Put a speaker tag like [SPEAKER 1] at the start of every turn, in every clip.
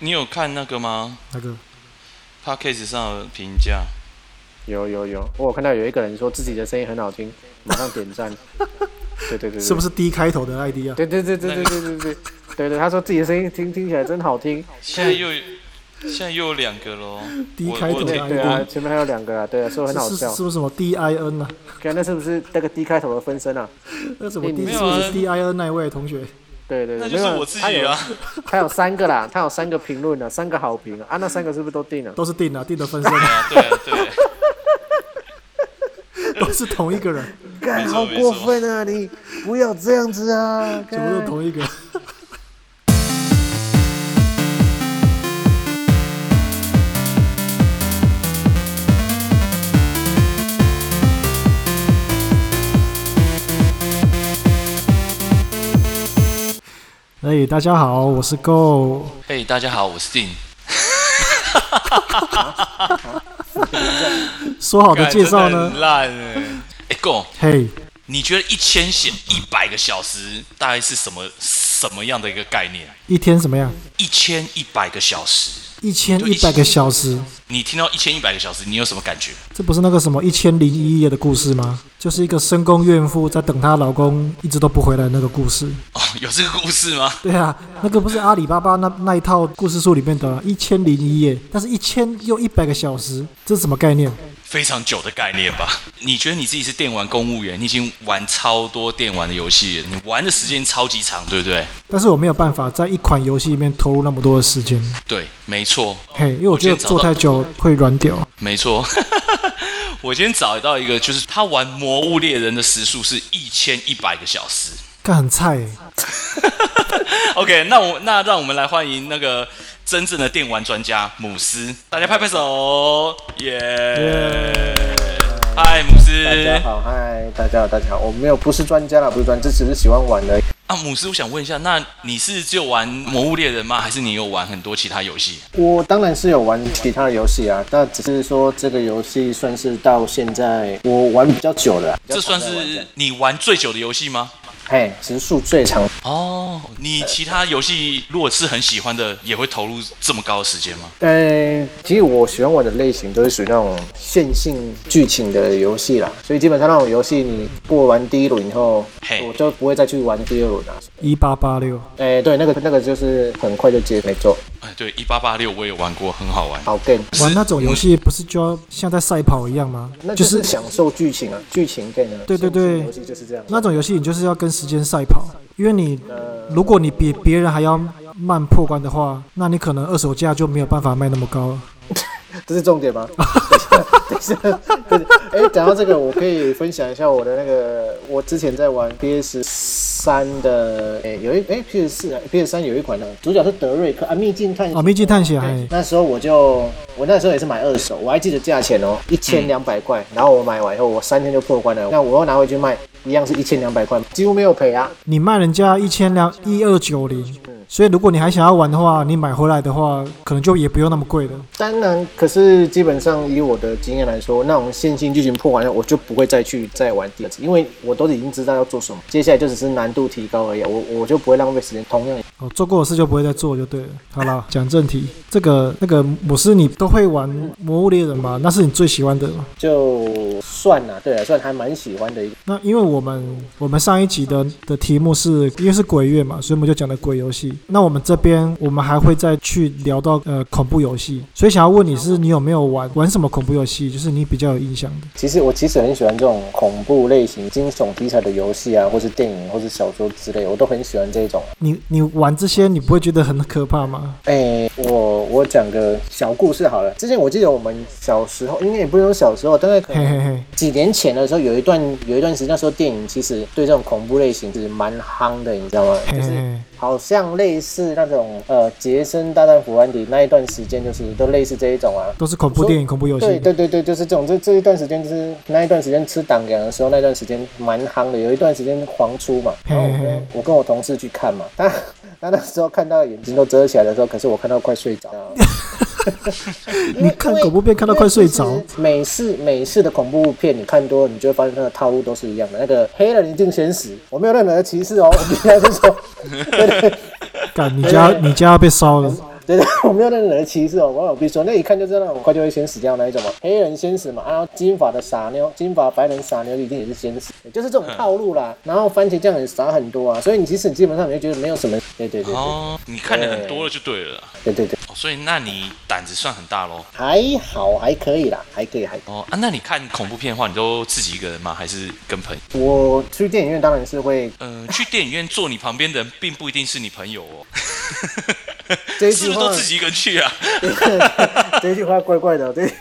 [SPEAKER 1] 你有看那个吗
[SPEAKER 2] 那个
[SPEAKER 1] p a c k a g e 上的评价，
[SPEAKER 3] 有有有，我有看到有一个人说自己的声音很好听，马上点赞。对对对对，
[SPEAKER 2] 是不
[SPEAKER 3] 是？
[SPEAKER 2] 是 D 开头的 ID 啊？
[SPEAKER 3] 对对对对对对对对对对，他说自己的声音听听起来真好听。
[SPEAKER 1] 现在又有现在又有两个喽。
[SPEAKER 2] D
[SPEAKER 1] 我
[SPEAKER 2] 哎开头
[SPEAKER 1] 我
[SPEAKER 2] 的
[SPEAKER 1] 听
[SPEAKER 2] 哎
[SPEAKER 3] 对啊，
[SPEAKER 2] 我
[SPEAKER 3] 前面还有两个啊，对啊，说得很好
[SPEAKER 2] 是是
[SPEAKER 3] 笑
[SPEAKER 2] 是。不是什么 DIN 啊？
[SPEAKER 3] 看那是不是那个 D 开头的分身啊？
[SPEAKER 2] 那什么 D
[SPEAKER 3] 没
[SPEAKER 2] 是
[SPEAKER 1] 有啊
[SPEAKER 2] 不是 DIN 那一位同学？
[SPEAKER 3] 对对
[SPEAKER 1] 那
[SPEAKER 3] 对，
[SPEAKER 1] 就
[SPEAKER 3] 没
[SPEAKER 1] 是
[SPEAKER 3] 有
[SPEAKER 1] 我自
[SPEAKER 3] 他
[SPEAKER 1] 己
[SPEAKER 3] 有
[SPEAKER 1] 啊。
[SPEAKER 3] 他有三个啦，他有三个评论啊，三个好评啊，啊那三个是不是都定了？
[SPEAKER 2] 都是定了定的分身，
[SPEAKER 1] 对啊，对啊，对啊，
[SPEAKER 2] 都是同一个人，
[SPEAKER 3] 干，
[SPEAKER 1] 没错
[SPEAKER 3] 好过分啊！你不要这样子啊！
[SPEAKER 2] 全部都
[SPEAKER 3] 干
[SPEAKER 2] 同一个。 哎、大家好，我是 Go，
[SPEAKER 1] 嘿、大家好，我是 Dean。
[SPEAKER 2] 说好的介绍呢？
[SPEAKER 1] 烂哎、哎、Go，
[SPEAKER 2] 嘿，
[SPEAKER 1] 你觉得一千小一百个小时大概是什么什么样的一个概念？
[SPEAKER 2] 一天怎么样？
[SPEAKER 1] 一千一百个小时，
[SPEAKER 2] 一千一百个小时，
[SPEAKER 1] 你听到一千一百个小时，你有什么感觉？
[SPEAKER 2] 这不是那个什么一千零一夜的故事吗？就是一个深宫怨妇在等她老公一直都不回来那个故事。
[SPEAKER 1] 哦，有这个故事吗？
[SPEAKER 2] 对啊，那个不是阿里巴巴那那一套故事书里面的一千零一夜，但是一千又一百个小时，这是什么概念？
[SPEAKER 1] 非常久的概念吧？你觉得你自己是电玩公务员，你已经玩超多电玩的游戏了，你玩的时间超级长，对不对？
[SPEAKER 2] 但是我没有办法在一款游戏里面投入那么多的时间，
[SPEAKER 1] 对，没错，
[SPEAKER 2] 嘿，因为我觉得做太久会软掉。
[SPEAKER 1] 没错。 我今天找到一个，就是他玩《魔物猎人》的时速是一千一百个小时。
[SPEAKER 2] 干很菜、欸，
[SPEAKER 1] OK，那我那让我们来欢迎那个真正的电玩专家姆斯，大家拍拍手，哦耶、嗨，姆
[SPEAKER 3] 大家
[SPEAKER 1] 斯。
[SPEAKER 3] 好，嗨，大家好，大家好，我没有不是专家啦，不是专家，这只是喜欢玩而已。
[SPEAKER 1] 啊，姆斯，我想问一下，那你是只有玩《魔物猎人》吗？还是你有玩很多其他游戏？
[SPEAKER 3] 我当然是有玩其他的游戏啊，但只是说这个游戏算是到现在我玩比较久了啊，比较
[SPEAKER 1] 这算
[SPEAKER 3] 常在玩的
[SPEAKER 1] 是你玩最久的游戏吗？
[SPEAKER 3] 嘿时速最长。
[SPEAKER 1] 哦，你其他游戏如果是很喜欢的，也会投入这么高的时间吗？
[SPEAKER 3] 呃，其实我喜欢玩的类型都是属于那种线性剧情的游戏啦，所以基本上那种游戏你过完第一轮以后
[SPEAKER 1] 嘿，
[SPEAKER 3] 我就不会再去玩第二轮啦。
[SPEAKER 2] 一八八六，
[SPEAKER 3] 哎，对，那个那个就是很快就结，没错，
[SPEAKER 1] 哎，对，一八八六我也玩过，很好玩。
[SPEAKER 3] 好 game。
[SPEAKER 2] 玩那种游戏不是就要像在赛跑一样吗
[SPEAKER 3] 那？就
[SPEAKER 2] 就是
[SPEAKER 3] 是享受剧情啊，剧情 game 啊。
[SPEAKER 2] 对对对
[SPEAKER 3] 游戏就是这样。
[SPEAKER 2] 那种游戏，你就是要跟时间赛跑，因为你如果你比别人还要慢破关的话，那你可能二手价就没有办法卖那么高了。
[SPEAKER 3] 这是重点吗？ 等一下，等一下，哎，讲到这个，我可以分享一下我的那个，我之前在玩 PS 三的，哎，有一哎 PS 四啊，PS 三有一款呢，主角是德瑞克啊，秘境探
[SPEAKER 2] 啊，
[SPEAKER 3] 险。
[SPEAKER 2] 秘境探险，嘿，
[SPEAKER 3] 那时候我就，我那时候也是买二手，我还记得价钱哦，一千两百块。然后我买完以后，我三天就破关了。那我又拿回去卖，一样是一千两百块，几乎没有赔啊。
[SPEAKER 2] 你卖人家一千两一二九零，所以如果你还想要玩的话，你买回来的话，可能就也不用那么贵了。
[SPEAKER 3] 当然，可是基本上以我的经验来说，那种线性剧情破完了，我就不会再去再玩第二次，因为我都已经知道要做什么，接下来就只是难度提高而已啊。我我就不会浪费时间。同样，
[SPEAKER 2] 哦，做过的事就不会再做就对了。好了，讲正题，这个那个姆斯你都会玩《魔物猎人》吗？那是你最喜欢的吗？
[SPEAKER 3] 就算了、对啊，算还蛮喜欢的一个。
[SPEAKER 2] 那因为我们我们上一集的的题目是因为是鬼月嘛，所以我们就讲的鬼游戏。那我们这边我们还会再去聊到呃恐怖游戏，所以想要问你是你有没有玩玩什么恐怖游戏，就是你比较有印象的？
[SPEAKER 3] 其实我其实很喜欢这种恐怖类型、惊悚题材的游戏啊，或是电影，或是小说之类，我都很喜欢这种。
[SPEAKER 2] 你你玩这些你不会觉得很可怕吗？
[SPEAKER 3] 哎、我我讲个小故事好了。之前我记得我们小时候，应该也不是说小时候，大概可
[SPEAKER 2] 嘿
[SPEAKER 3] 能
[SPEAKER 2] 嘿嘿，
[SPEAKER 3] 几年前的时候，有一段有一段时间，那时候电影其实对这种恐怖类型是蛮夯的，你知道吗？
[SPEAKER 2] 嘿
[SPEAKER 3] 就
[SPEAKER 2] 嘿
[SPEAKER 3] 是
[SPEAKER 2] 嘿，
[SPEAKER 3] 好像类似那种呃杰森大战弗兰迪那一段时间，就是都类似这一种啊。
[SPEAKER 2] 都是恐怖电影、恐怖游戏。
[SPEAKER 3] 对对对对，就是这种，这这一段时间就是那一段时间吃党粮的时候，那段时间蛮夯的，有一段时间狂出嘛，然后我
[SPEAKER 2] 嘿嘿
[SPEAKER 3] 跟
[SPEAKER 2] 嘿
[SPEAKER 3] 我跟我同事去看嘛，他他那时候看到眼睛都遮起来的时候，可是我看到快睡着了。
[SPEAKER 2] 你看恐怖片看到快睡着
[SPEAKER 3] 因为其实美式美式的恐怖片，你看多了，你就会发现它的套路都是一样的。那个黑人一定先死，我没有任何的歧视哦，我必须要是说，对对对
[SPEAKER 2] 干你家你家要被烧了，
[SPEAKER 3] 对对，我没有任何人歧视哦，网友必说，那一看就知道很快就会先死掉那一种嘛，黑人先死嘛，然后金发的傻妞，金发白人傻妞一定也是先死，就是这种套路啦。然后番茄酱很傻很多啊，所以你其实你基本上你就觉得没有什么，对对对对
[SPEAKER 1] 哦，你看的很多了就对了啦。
[SPEAKER 3] 对对对，
[SPEAKER 1] 哦，所以那你胆子算很大喽。
[SPEAKER 3] 还好还可以啦，还可以还可以。
[SPEAKER 1] 哦啊，那你看恐怖片的话，你都自己一个人吗？还是跟朋友？
[SPEAKER 3] 我去电影院当然是会，
[SPEAKER 1] 嗯、去电影院坐你旁边的人，并不一定是你朋友哦。
[SPEAKER 3] 这 一
[SPEAKER 1] 是
[SPEAKER 3] 句
[SPEAKER 1] 不是都
[SPEAKER 3] 话
[SPEAKER 1] 自己一个人去啊？
[SPEAKER 3] 这一句话怪怪的，哦对。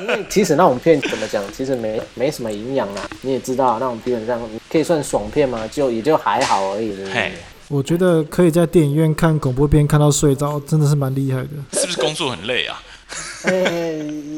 [SPEAKER 3] 因为其实那种片怎么讲，其实没没什么营养啦。你也知道，那种基本上可以算爽片嘛，就也就还好而已。对不对
[SPEAKER 1] 嘿，
[SPEAKER 2] 我觉得可以在电影院看恐怖片看到睡着，真的是蛮厉害的。
[SPEAKER 1] 是不是工作很累啊？
[SPEAKER 3] 哎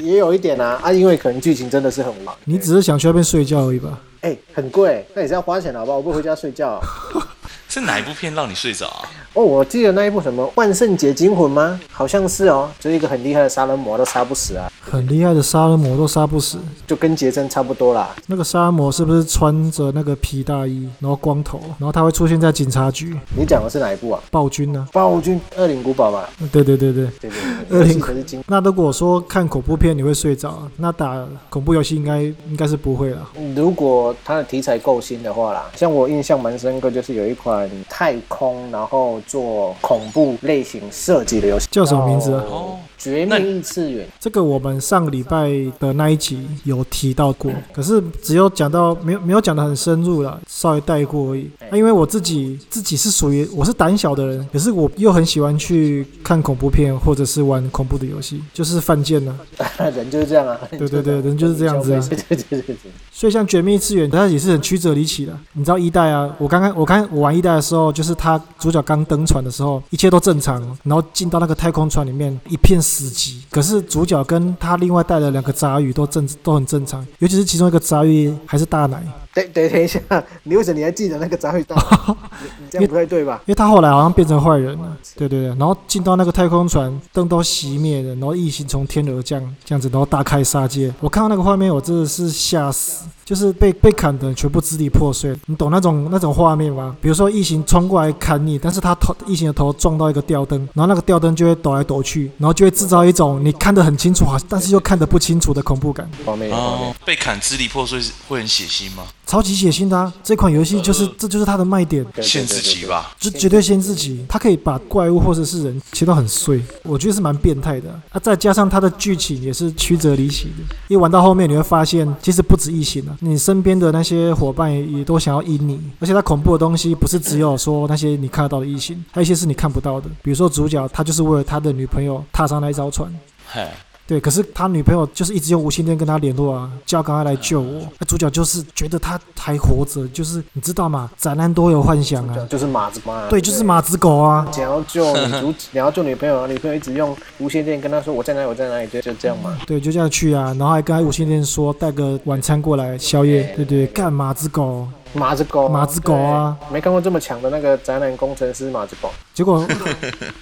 [SPEAKER 3] 也有一点啊啊，因为可能剧情真的是很无聊。
[SPEAKER 2] 你只是想去那边睡觉而已吧？
[SPEAKER 3] 哎、很贵，那也是要花钱的好不好？我不回家睡觉啊、
[SPEAKER 1] 是哪一部片让你睡着啊？
[SPEAKER 3] 哦，我记得那一部什么《万圣节惊魂》吗？好像是哦，就是一个很厉害的杀人魔都杀不死啊，
[SPEAKER 2] 很厉害的杀人魔都杀不死。
[SPEAKER 3] 就跟杰森差不多啦。
[SPEAKER 2] 那个杀人魔是不是穿着那个皮大衣，然后光头，然后他会出现在警察局？
[SPEAKER 3] 你讲的是哪一部啊？
[SPEAKER 2] 暴君呢、
[SPEAKER 3] 暴君恶灵古堡吧？
[SPEAKER 2] 对对对对。
[SPEAKER 3] 对对对对，
[SPEAKER 2] 恶
[SPEAKER 3] 我
[SPEAKER 2] 灵
[SPEAKER 3] 记
[SPEAKER 2] 古
[SPEAKER 3] 得是惊
[SPEAKER 2] 那如果说看恐怖片你会睡着，那打恐怖游戏应该应该是不会了。
[SPEAKER 3] 如果它的题材够新的话啦，像我印象蛮深刻，就是有一款太空，然后做恐怖类型设计的游戏，
[SPEAKER 2] 叫什么名字啊
[SPEAKER 3] 哦，《绝
[SPEAKER 1] 那
[SPEAKER 3] 命异次元》。
[SPEAKER 2] 这个我们上个礼拜的那一集有提到过，可是只有讲到没有没有讲的很深入了，稍微带过而已。那、因为我自己自己是属于我是胆小的人，可是我又很喜欢去看恐怖片或者是玩恐怖的游戏，就是犯贱啊呢、
[SPEAKER 3] 人就是这样啊，
[SPEAKER 2] 对对对人就是这样子啊
[SPEAKER 3] 对对对对对。
[SPEAKER 2] 所以像《绝命次元》，它也是很曲折离奇的。你知道一代啊？我刚刚我刚我玩一代的时候，就是他主角刚登船的时候，一切都正常，然后进到那个太空船里面，一片死寂。可是主角跟他另外带的两个杂鱼都正都很正常，尤其是其中一个杂鱼还是大奶，
[SPEAKER 3] 等等等一下，你为什么你还记得那个杂 烩蛋？你你这样不太对吧？
[SPEAKER 2] 因为他后来好像变成坏人了。对对对，然后进到那个太空船，灯都熄灭了，然后异形从天而降，这样子，然后大开杀戒。我看到那个画面，我真的是吓死，就是被被砍的全部支离破碎，你懂那种那种画面吗？比如说异形冲过来砍你，但是他头异形的头撞到一个吊灯，然后那个吊灯就会抖来抖去，然后就会制造一种你看得很清楚，好但是又看得不清楚的恐怖感。
[SPEAKER 3] 方面方面
[SPEAKER 1] 哦，被砍支离破碎是会很血腥吗？
[SPEAKER 2] 超级血腥的、啊，这款游戏就是这就是它的卖点。
[SPEAKER 3] 对对对对
[SPEAKER 1] 限制级吧。
[SPEAKER 2] 就绝对先自己，他可以把怪物或者是人切到很碎，我觉得是蛮变态的啊。啊，再加上他的剧情也是曲折离奇的，一玩到后面你会发现，其实不止异形啊，你身边的那些伙伴也也都想要阴你，而且他恐怖的东西不是只有说那些你看得到的异形，还有一些是你看不到的，比如说主角他就是为了他的女朋友踏上那一艘船，
[SPEAKER 1] 嘿，
[SPEAKER 2] 对，可是他女朋友就是一直用无线电跟他联络啊，叫赶快来救我。那、主角就是觉得他还活着，就是你知道嘛，宅男都有幻想啊，
[SPEAKER 3] 就是马子嘛。
[SPEAKER 2] 对，就是马子狗啊。
[SPEAKER 3] 你要救女 主，你要救女朋友，女朋友一直用无线电跟她说我在哪里，我在哪里，就就这样嘛。
[SPEAKER 2] 对，就这样去啊，然后还跟他无线电说带个晚餐过来，宵夜，对对，干马子狗，
[SPEAKER 3] 马子狗，
[SPEAKER 2] 马子狗啊
[SPEAKER 3] 对，没看过这么强的那个宅男工程师马子 狗。
[SPEAKER 2] 结 果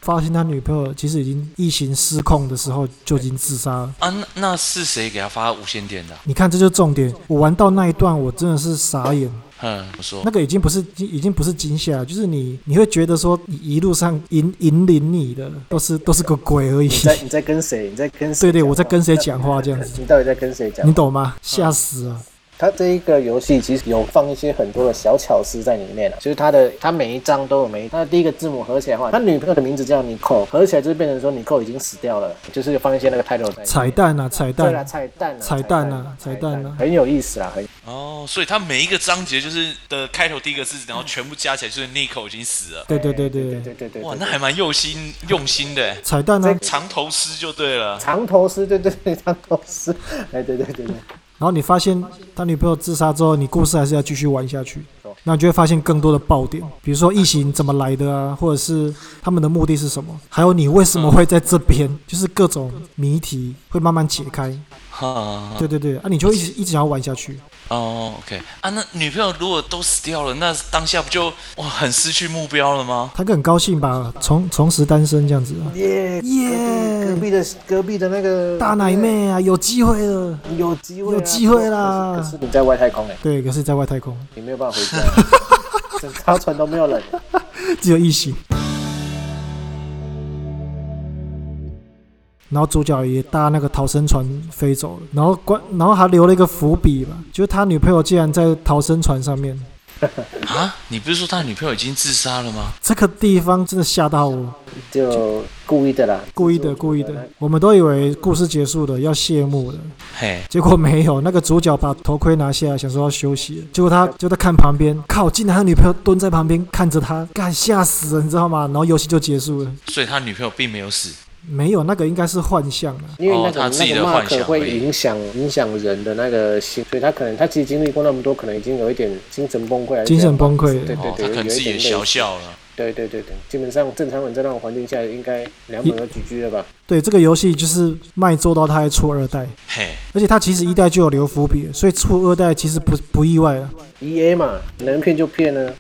[SPEAKER 2] 发现他女朋友其实已经疫情失控的时候就已经自杀了。
[SPEAKER 1] 啊，那那是谁给他发无线电的啊？
[SPEAKER 2] 你看，这就是重点。我玩到那一段，我真的是傻眼。
[SPEAKER 1] 嗯，我说
[SPEAKER 2] 那个已经不是已已经不是惊吓，就是你你会觉得说，你一路上引引领你的都是都是个鬼而已。
[SPEAKER 3] 你在你在跟谁？你在跟谁？
[SPEAKER 2] 对对，我在跟谁讲 话这样子，
[SPEAKER 3] 你到底在跟谁讲
[SPEAKER 2] 你？懂吗？吓死
[SPEAKER 3] 嗯
[SPEAKER 2] 了。
[SPEAKER 3] 它这一个游戏其实有放一些很多的小巧思在里面啊，就是它的它每一章都有每一它的第一个字母合起来的话，它女朋友的名字叫 Nicole，合起来就变成说 Nicole 已经死掉了，就是有放一些那个 title 在里面。
[SPEAKER 2] 彩蛋啊，彩
[SPEAKER 3] 对啦，
[SPEAKER 2] 蛋，
[SPEAKER 3] 彩蛋啊，
[SPEAKER 2] 彩蛋啊彩蛋啊
[SPEAKER 3] 很有意思啦，很
[SPEAKER 1] 哦，所以他每一个章节就是的开头第一个字，然后全部加起来就是 Nico 已经死了。
[SPEAKER 2] 对对对
[SPEAKER 3] 对
[SPEAKER 2] 对
[SPEAKER 3] 对，对对
[SPEAKER 1] 哇，
[SPEAKER 3] 对。
[SPEAKER 1] 那还蛮用心用心的欸，
[SPEAKER 2] 彩蛋啊，
[SPEAKER 1] 藏头诗就对 了。
[SPEAKER 3] 长头丝，对对对，长头丝，哎，对对对对，
[SPEAKER 2] 然后你发现他女朋友自杀之后，你故事还是要继续玩下去，那你就会发现更多的爆点，比如说异形怎么来的啊，或者是他们的目的是什么，还有你为什么会在这边，就是各种谜题会慢慢解开。
[SPEAKER 3] 哦
[SPEAKER 1] 哈，
[SPEAKER 2] 对对对，啊，你就一直一直想要玩下去。
[SPEAKER 1] 哦，OK，啊，那女朋友如果都死掉了，那当下不就哇很失去目标了吗？
[SPEAKER 2] 他更很高兴吧，重重拾单身这样子啊，
[SPEAKER 3] 耶
[SPEAKER 2] 耶
[SPEAKER 3] 隔壁的隔壁的那个
[SPEAKER 2] 大奶妹啊，有机会了。
[SPEAKER 3] 有机会啊，
[SPEAKER 2] 有机会啦
[SPEAKER 3] 可是可是你在外太空哎，
[SPEAKER 2] 对，可是在外太空
[SPEAKER 3] 你没有 办法回家，整条船都没有人。
[SPEAKER 2] 只有异形。然后主角也搭那个逃生船飞走了，然后关，然后还留了一个伏笔吧，就是他女朋友竟然在逃生船上面。
[SPEAKER 1] 啊，你不是说他女朋友已经自杀了吗？
[SPEAKER 2] 这个地方真的吓到我，
[SPEAKER 3] 就故意的啦，
[SPEAKER 2] 故意的，故意的。我们都以为故事结束了，要谢幕了，
[SPEAKER 1] 嘿，
[SPEAKER 2] 结果没有。那个主角把头盔拿下来，想说要休息了，结果他就在看旁边，靠，竟然他女朋友蹲在旁边看着他，干吓死了，你知道吗？然后游戏就结束了。
[SPEAKER 1] 所以他女朋友并没有死。
[SPEAKER 2] 没有，那个应该是幻象啊。
[SPEAKER 3] 因为
[SPEAKER 1] 哦
[SPEAKER 3] 那个、
[SPEAKER 1] 他自己
[SPEAKER 3] 那
[SPEAKER 1] 的
[SPEAKER 3] 个
[SPEAKER 1] 幻想
[SPEAKER 3] mark 会
[SPEAKER 1] 而已
[SPEAKER 3] 影响影响人的那个心，所以他可能他其实经历过那么多，可能已经有一点精神崩溃了，
[SPEAKER 2] 精神崩溃
[SPEAKER 3] 对对
[SPEAKER 1] 哦，
[SPEAKER 3] 对，
[SPEAKER 1] 他
[SPEAKER 3] 有
[SPEAKER 1] 可能自
[SPEAKER 3] 有
[SPEAKER 1] 己
[SPEAKER 3] 一
[SPEAKER 1] 也
[SPEAKER 3] 点
[SPEAKER 1] 小
[SPEAKER 3] 类似
[SPEAKER 1] 笑了。
[SPEAKER 3] 对对对对，基本上正常人在那种环境下应该两本都举居了吧？
[SPEAKER 2] 对，这个游戏就是卖做到他还出二代，
[SPEAKER 1] 嘿，
[SPEAKER 2] 而且他其实一代就有留伏笔了，所以出二代其实不不意外啊了。
[SPEAKER 3] E A 嘛，能骗就 骗呢。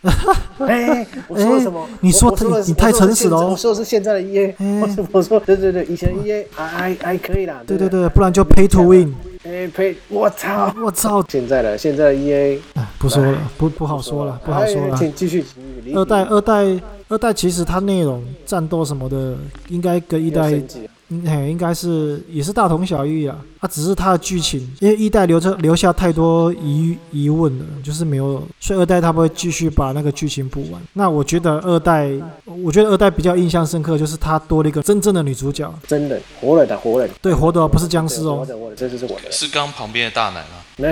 [SPEAKER 3] 哎，我说了什么？
[SPEAKER 2] 你
[SPEAKER 3] 我
[SPEAKER 2] 说
[SPEAKER 3] 我说
[SPEAKER 2] 你
[SPEAKER 3] 了
[SPEAKER 2] 你太诚实了哦
[SPEAKER 3] 我说的是现在的 E A，
[SPEAKER 2] 哎
[SPEAKER 3] 我说我说对对对，以前 E A 还还还可以啦。
[SPEAKER 2] 对对
[SPEAKER 3] 对
[SPEAKER 2] 对，不然就 pay to win。
[SPEAKER 3] 哎呸！我操！
[SPEAKER 2] 我操！
[SPEAKER 3] 现在的现在的 E A
[SPEAKER 2] 哎不说了，不不好说了，不好说了。
[SPEAKER 3] 哎请继续。
[SPEAKER 2] 二代二代二代其实它内容战斗什么的，应该跟一
[SPEAKER 3] 一代
[SPEAKER 2] 代嗯嘿应该是也是大同小异啊。它、只是它的剧情，因为一代留着留下太多疑疑问了，就是没有，所以二代他们会继续把那个剧情补完。那我觉得二代，我觉得二代比较印象深刻，就是它多了一个真正的女主角，
[SPEAKER 3] 真的活了的活了的，
[SPEAKER 2] 对，活的哦不是僵尸
[SPEAKER 3] 我
[SPEAKER 2] 哦。
[SPEAKER 3] 的我的，这就是我的。
[SPEAKER 1] 是刚旁边的大奶吗？
[SPEAKER 3] 那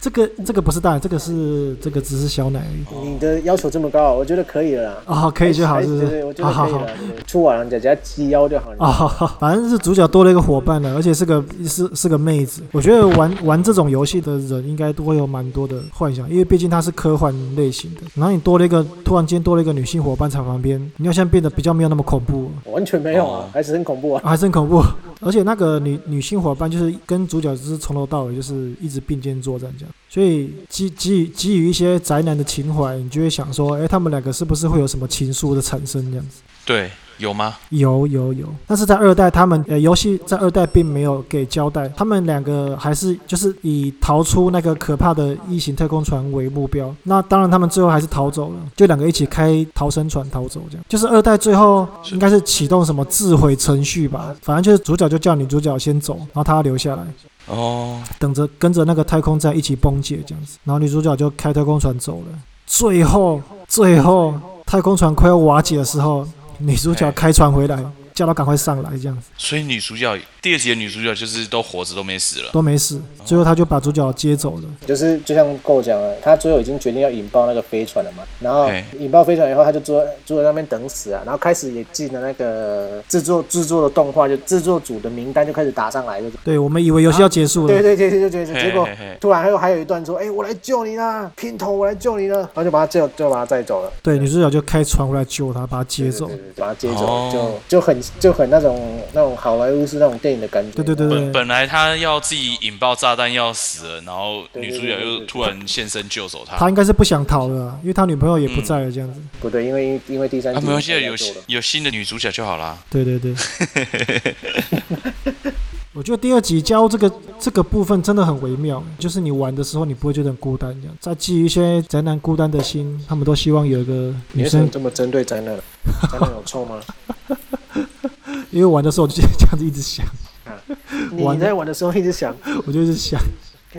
[SPEAKER 2] 这个这个不是大，这个是这个只是小奶而已。
[SPEAKER 3] 你的要求这么高，我觉得可以了啦。
[SPEAKER 2] 哦，可以就好，
[SPEAKER 3] 还
[SPEAKER 2] 是不
[SPEAKER 3] 哎对对，我
[SPEAKER 2] 是？
[SPEAKER 3] 觉
[SPEAKER 2] 好好
[SPEAKER 3] 得可以
[SPEAKER 2] 好
[SPEAKER 3] 了。。对对出完人家鸡腰就好了。
[SPEAKER 2] 啊、反正是主角多了一个伙伴了，而且是个是是个妹子。我觉得玩玩这种游戏的人应该都会有蛮多的幻想，因为毕竟它是科幻类型的。然后你多了一个，突然间多了一个女性伙伴在旁边，你好像变得比较没有那么恐怖了、
[SPEAKER 3] 完全没有啊
[SPEAKER 1] 哦，
[SPEAKER 3] 还是很恐怖啊。
[SPEAKER 2] 啊还是很恐怖。而且那个女女性伙伴就是跟主角就是从头到尾就是一直并肩作战这样，所以基基于基于一些宅男的情怀，你就会想说，哎，他们两个是不是会有什么情愫的产生这样子？
[SPEAKER 1] 对，有吗？
[SPEAKER 2] 有有有，但是在二代他们呃游戏在二代并没有给交代，他们两个还是就是以逃出那个可怕的异形太空船为目标。那当然他们最后还是逃走了，就两个一起开逃生船逃走这样。就是二代最后应该是启动什么自毁程序吧，反正就是主角就叫女主角先走，然后她留下来。
[SPEAKER 1] 哦，
[SPEAKER 2] 等着跟着那个太空站一起崩解这样子，然后女主角就开太空船走了。最后，最后太空船快要瓦解的时候，女主角开船回来，叫她赶快上来，这样子
[SPEAKER 1] 所以女主角第二集的女主角就是都活着都没死了。
[SPEAKER 2] 都没事。最后她就把主角接走了。
[SPEAKER 3] 就是就像够讲了，他最后已经决定要引爆那个飞船了嘛，然后
[SPEAKER 1] 嘿
[SPEAKER 3] 引爆飞船以后，他就坐坐在那边等死啊，然后开始也进了那个制作制作的动画，就制作组的名单就开始打上来，就是
[SPEAKER 2] 对我们以为游戏要结束
[SPEAKER 3] 对
[SPEAKER 2] 了，
[SPEAKER 3] 对对对对对，
[SPEAKER 1] 嗯嘿
[SPEAKER 3] 结果
[SPEAKER 1] 嘿嘿
[SPEAKER 3] 突然还有还有一段说，哎、我来救你啦，片头我来救你了，然后就把他救就把他载走了，
[SPEAKER 2] 对女主角就开船回来救她，把她接走
[SPEAKER 3] 对。对对把他接走，
[SPEAKER 1] 哦
[SPEAKER 3] 就就很就很那种那种好莱坞式那种电影的感觉，
[SPEAKER 2] 对对对
[SPEAKER 1] 本
[SPEAKER 2] 对
[SPEAKER 1] 本来她要自己引爆炸弹要死了，然后
[SPEAKER 3] 对
[SPEAKER 1] 女
[SPEAKER 3] 对
[SPEAKER 1] 主角又突然现身救走她。
[SPEAKER 2] 她应该是不想逃了啊，因为她女朋友也不在了，这样子。
[SPEAKER 3] 不对，因为因为第三
[SPEAKER 1] 啊，
[SPEAKER 3] 季
[SPEAKER 1] 没关系，
[SPEAKER 3] 要
[SPEAKER 1] 有
[SPEAKER 3] 做了
[SPEAKER 1] 有新的女主角就好啦。
[SPEAKER 2] 对对对。我觉得第二集加入这个这个部分真的很微妙，就是你玩的时候你不会觉得很孤单，这样再寄予一些宅男孤单的心，他们都希望有一个
[SPEAKER 3] 你
[SPEAKER 2] 女
[SPEAKER 3] 为什么
[SPEAKER 2] 生，
[SPEAKER 3] 这么针对宅男？宅男有臭吗？
[SPEAKER 2] 因为玩的时候我就这样子一直想，
[SPEAKER 3] 你
[SPEAKER 2] 玩
[SPEAKER 3] 你在玩的时候一直想，
[SPEAKER 2] 我就一直想。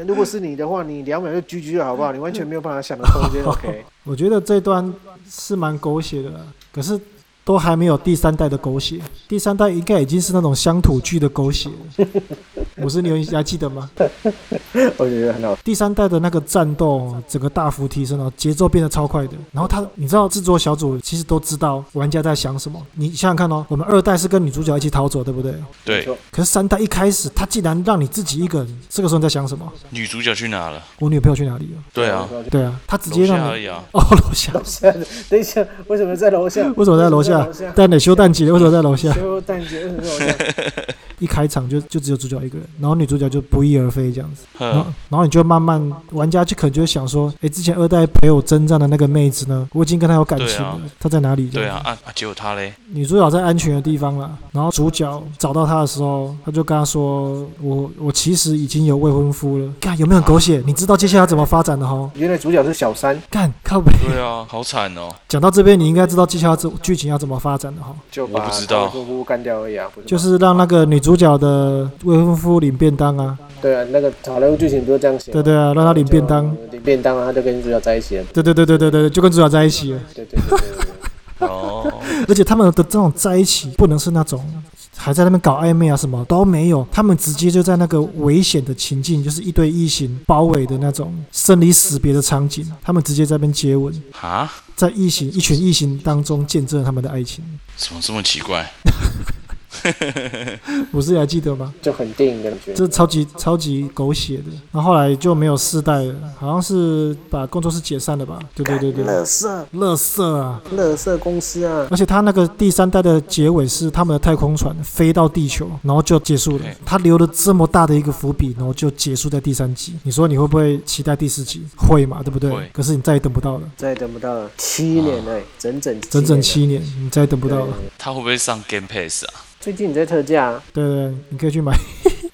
[SPEAKER 3] 如果是你的话，你两秒就狙狙了，好 不好？你完全没有办法想的空间。OK，
[SPEAKER 2] 我觉得这段是蛮狗血的啦，可是都还没有第三代的狗血，第三代应该已经是那种乡土剧的狗血了。我是你还记得吗？
[SPEAKER 3] 我觉得很好。
[SPEAKER 2] 第三代的那个战斗整个大幅提升了，节奏变得超快的。然后他，你知道制作小组其实都知道玩家在想什么。你想想看哦，我们二代是跟女主角一起逃走，对不对？
[SPEAKER 1] 对，
[SPEAKER 2] 可是三代一开始，他竟然让你自己一个人，这个时候你在想什么？
[SPEAKER 1] 女主角去哪了？
[SPEAKER 2] 我女朋友去哪里了？
[SPEAKER 1] 对啊，
[SPEAKER 2] 对啊，他直接
[SPEAKER 1] 楼下
[SPEAKER 2] 让
[SPEAKER 1] 而
[SPEAKER 2] 你
[SPEAKER 1] 已啊。
[SPEAKER 2] 哦楼下，
[SPEAKER 3] 呃等一下，为什么在楼下？
[SPEAKER 2] 为什么在楼下
[SPEAKER 3] 为什么在楼？
[SPEAKER 2] 蛋得休蛋节，为什么在楼下
[SPEAKER 3] 下？？修蛋姐为什么在楼下？
[SPEAKER 2] 一开场就就只有主角一个人，人，然后女主角就不翼而飞这样子。然后
[SPEAKER 1] 嗯，
[SPEAKER 2] 然后你就慢慢玩家就可能就会想说，哎，之前二代陪我征战的那个妹子呢，我已经跟她有感情了，
[SPEAKER 1] 对
[SPEAKER 2] 她在哪里？
[SPEAKER 1] 对啊，，啊啊，结果他嘞，
[SPEAKER 2] 女主角在安全的地方了，然后主角找到她的时候，他就跟她说，我我其实已经有未婚夫了。干有没有很狗血？
[SPEAKER 1] 啊
[SPEAKER 2] 你知道接下来怎么发展的哈？
[SPEAKER 3] 原来主角是小三，
[SPEAKER 2] 干靠北。
[SPEAKER 1] 对啊，好惨哦，
[SPEAKER 2] 讲到这边，你应该知道接下来这剧情要怎么发展的哈，
[SPEAKER 3] 就把
[SPEAKER 1] 我不知道
[SPEAKER 3] 姑姑干掉而已啊，不是吗
[SPEAKER 2] 就是让那个女主角的未婚夫领便当啊，
[SPEAKER 3] 对啊，那个好莱坞剧情不是这样写吗，
[SPEAKER 2] 对对啊，让他领
[SPEAKER 3] 就
[SPEAKER 2] 便当，，
[SPEAKER 3] 领便当啊，他就跟主角在一起了，
[SPEAKER 2] 对对对对对对，就跟主角在一起了。
[SPEAKER 3] 对对对对对对。
[SPEAKER 1] 哦，
[SPEAKER 2] 而且他们的这种在一起，不能是那种还在那边搞暧昧啊，什么都没有，他们直接就在那个危险的情境，就是一堆异形包围的那种生离死别的场景，他们直接在那边接吻，
[SPEAKER 1] 哈，
[SPEAKER 2] 在异形一群异形当中见证了他们的爱情。
[SPEAKER 1] 怎么这么奇怪？
[SPEAKER 2] 不是还记得吗？
[SPEAKER 3] 就很电影的感觉。
[SPEAKER 2] 这超级超级狗血的。然后后来就没有世代了，好像是把工作室解散了吧？对对对对，
[SPEAKER 3] 乐色
[SPEAKER 2] 乐色啊！
[SPEAKER 3] 乐色公司啊，
[SPEAKER 2] 而且他那个第三代的结尾是他们的太空船飞到地球，然后就结束了
[SPEAKER 1] 对。
[SPEAKER 2] 他留了这么大的一个伏笔，然后就结束在第三集。你说你会不会期待第四集？会嘛，对不对
[SPEAKER 1] 会？
[SPEAKER 2] 可是你再也等不到了，
[SPEAKER 3] 再也等不到了，七年了，整整年
[SPEAKER 2] 啊整整
[SPEAKER 3] 了
[SPEAKER 2] 七年，你再也等不到了。
[SPEAKER 3] 对
[SPEAKER 1] 他会不会上 Game Pass 啊？
[SPEAKER 3] 最近你在特价啊，
[SPEAKER 2] 对对对，你可以去买。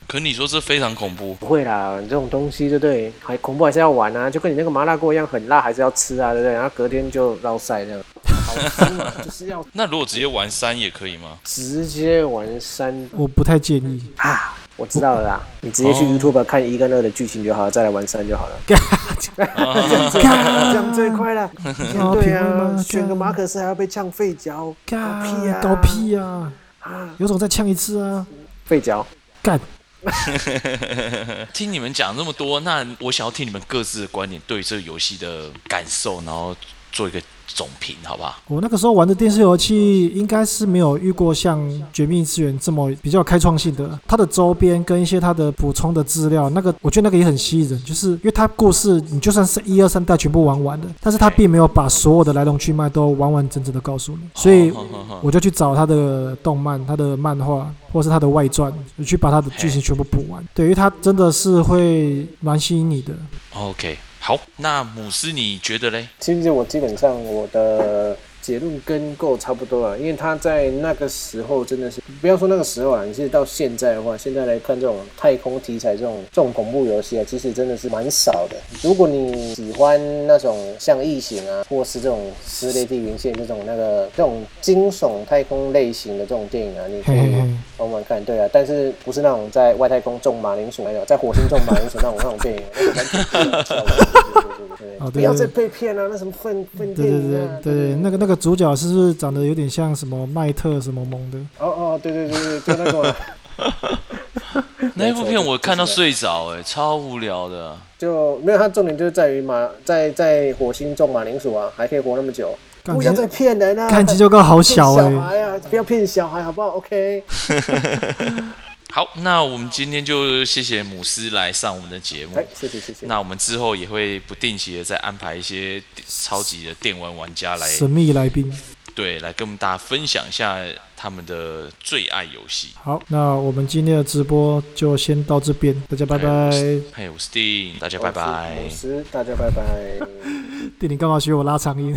[SPEAKER 1] 可你说这非常恐怖，
[SPEAKER 3] 不会啦，这种东西对不对？还恐怖还是要玩啊，就跟你那个麻辣锅一样，很辣还是要吃啊，对不对？然后隔天就绕晒这样。好吃嘛，就是要
[SPEAKER 1] 那如果直接玩三也可以吗？
[SPEAKER 3] 直接玩三
[SPEAKER 2] 我不太建 议。
[SPEAKER 3] 啊！我知道了啦，你直接去
[SPEAKER 1] 哦
[SPEAKER 3] YouTube 看一跟二的剧情就好了，再来玩三就好了。
[SPEAKER 2] 哦
[SPEAKER 3] 这样最快了。
[SPEAKER 2] 啊
[SPEAKER 3] 对
[SPEAKER 2] 评论
[SPEAKER 3] 啊，
[SPEAKER 2] 吗
[SPEAKER 3] 选个马可斯还要被呛废脚，
[SPEAKER 2] 干
[SPEAKER 3] 搞屁啊
[SPEAKER 2] 搞屁啊！
[SPEAKER 3] 啊，
[SPEAKER 2] 有种再呛一次啊！
[SPEAKER 3] 废脚。
[SPEAKER 2] 干，
[SPEAKER 1] 听你们讲这么多，那我想要听你们各自的观点，对这个游戏的感受，然后做一个总评，好不好？
[SPEAKER 2] 我那个时候玩的电视游戏应该是没有遇过像《绝命次元》这么比较开创性的，它的周边跟一些它的补充的资料，那个我觉得那个也很吸引人，就是因为它故事你就算是一二三代全部玩完了，但是它并没有把所有的来龙去脉都完完整整的告诉你，所以
[SPEAKER 1] 好好好
[SPEAKER 2] 我就去找他的动漫、他的漫画，或是他的外传，我去把他的剧情全部补完。对，因为它真的是会蛮吸引你的。
[SPEAKER 1] ，OK，好，那姆斯你觉得嘞？
[SPEAKER 3] 其实我基本上我的结论跟 Go 差不多了，因为他在那个时候真的是，不要说那个时候啊，你是到现在的话，现在来看这种太空题材这种这种恐怖游戏啊，其实真的是蛮少的。如果你喜欢那种像异形啊，或是这种撕裂地平线这种那个这种惊悚太空类型的这种电影啊，你可
[SPEAKER 2] 嘿
[SPEAKER 3] 以
[SPEAKER 2] 嘿嘿。
[SPEAKER 3] 玩玩看，对啊，但是不是那种在外太空种马铃薯那种，在火星种马铃薯那种那种电影，那种感觉对对对对对
[SPEAKER 2] 哦对对对
[SPEAKER 3] 不要再被骗了，那什么粪粪
[SPEAKER 2] 对
[SPEAKER 3] 电
[SPEAKER 2] 对
[SPEAKER 3] 影
[SPEAKER 2] 对
[SPEAKER 3] 啊，
[SPEAKER 2] 对对，那个那个主角是不是长得有点像什么麦特什么蒙的？
[SPEAKER 3] 哦哦，对对对对，就那种啊，
[SPEAKER 1] 那一部片我看到
[SPEAKER 3] 就是
[SPEAKER 1] 睡着，哎，超无聊的。
[SPEAKER 3] 就没有它重点就是在于马在在火星种马铃薯啊，还可以活那么久，
[SPEAKER 2] 感
[SPEAKER 3] 不要再
[SPEAKER 2] 觉
[SPEAKER 3] 骗人啊，
[SPEAKER 2] 看鸡就够好小哎、
[SPEAKER 3] 骗小孩啊，不要骗小孩好不好？OK，
[SPEAKER 1] 好，那我们今天就谢谢姆斯来上我们的节目
[SPEAKER 3] 哎。，谢谢谢谢，
[SPEAKER 1] 那我们之后也会不定期的再安排一些超级的电玩玩家来，
[SPEAKER 2] 神秘来宾。
[SPEAKER 1] 对，来跟我们大家分享一下他们的最爱游戏。
[SPEAKER 2] 好，那我们今天的直播就先到这边，大家拜
[SPEAKER 1] 哎
[SPEAKER 2] 拜。
[SPEAKER 1] 嘿，我是 Dean，大家拜拜
[SPEAKER 3] 我。是，大家拜拜。
[SPEAKER 2] 弟，你干嘛学我拉长音？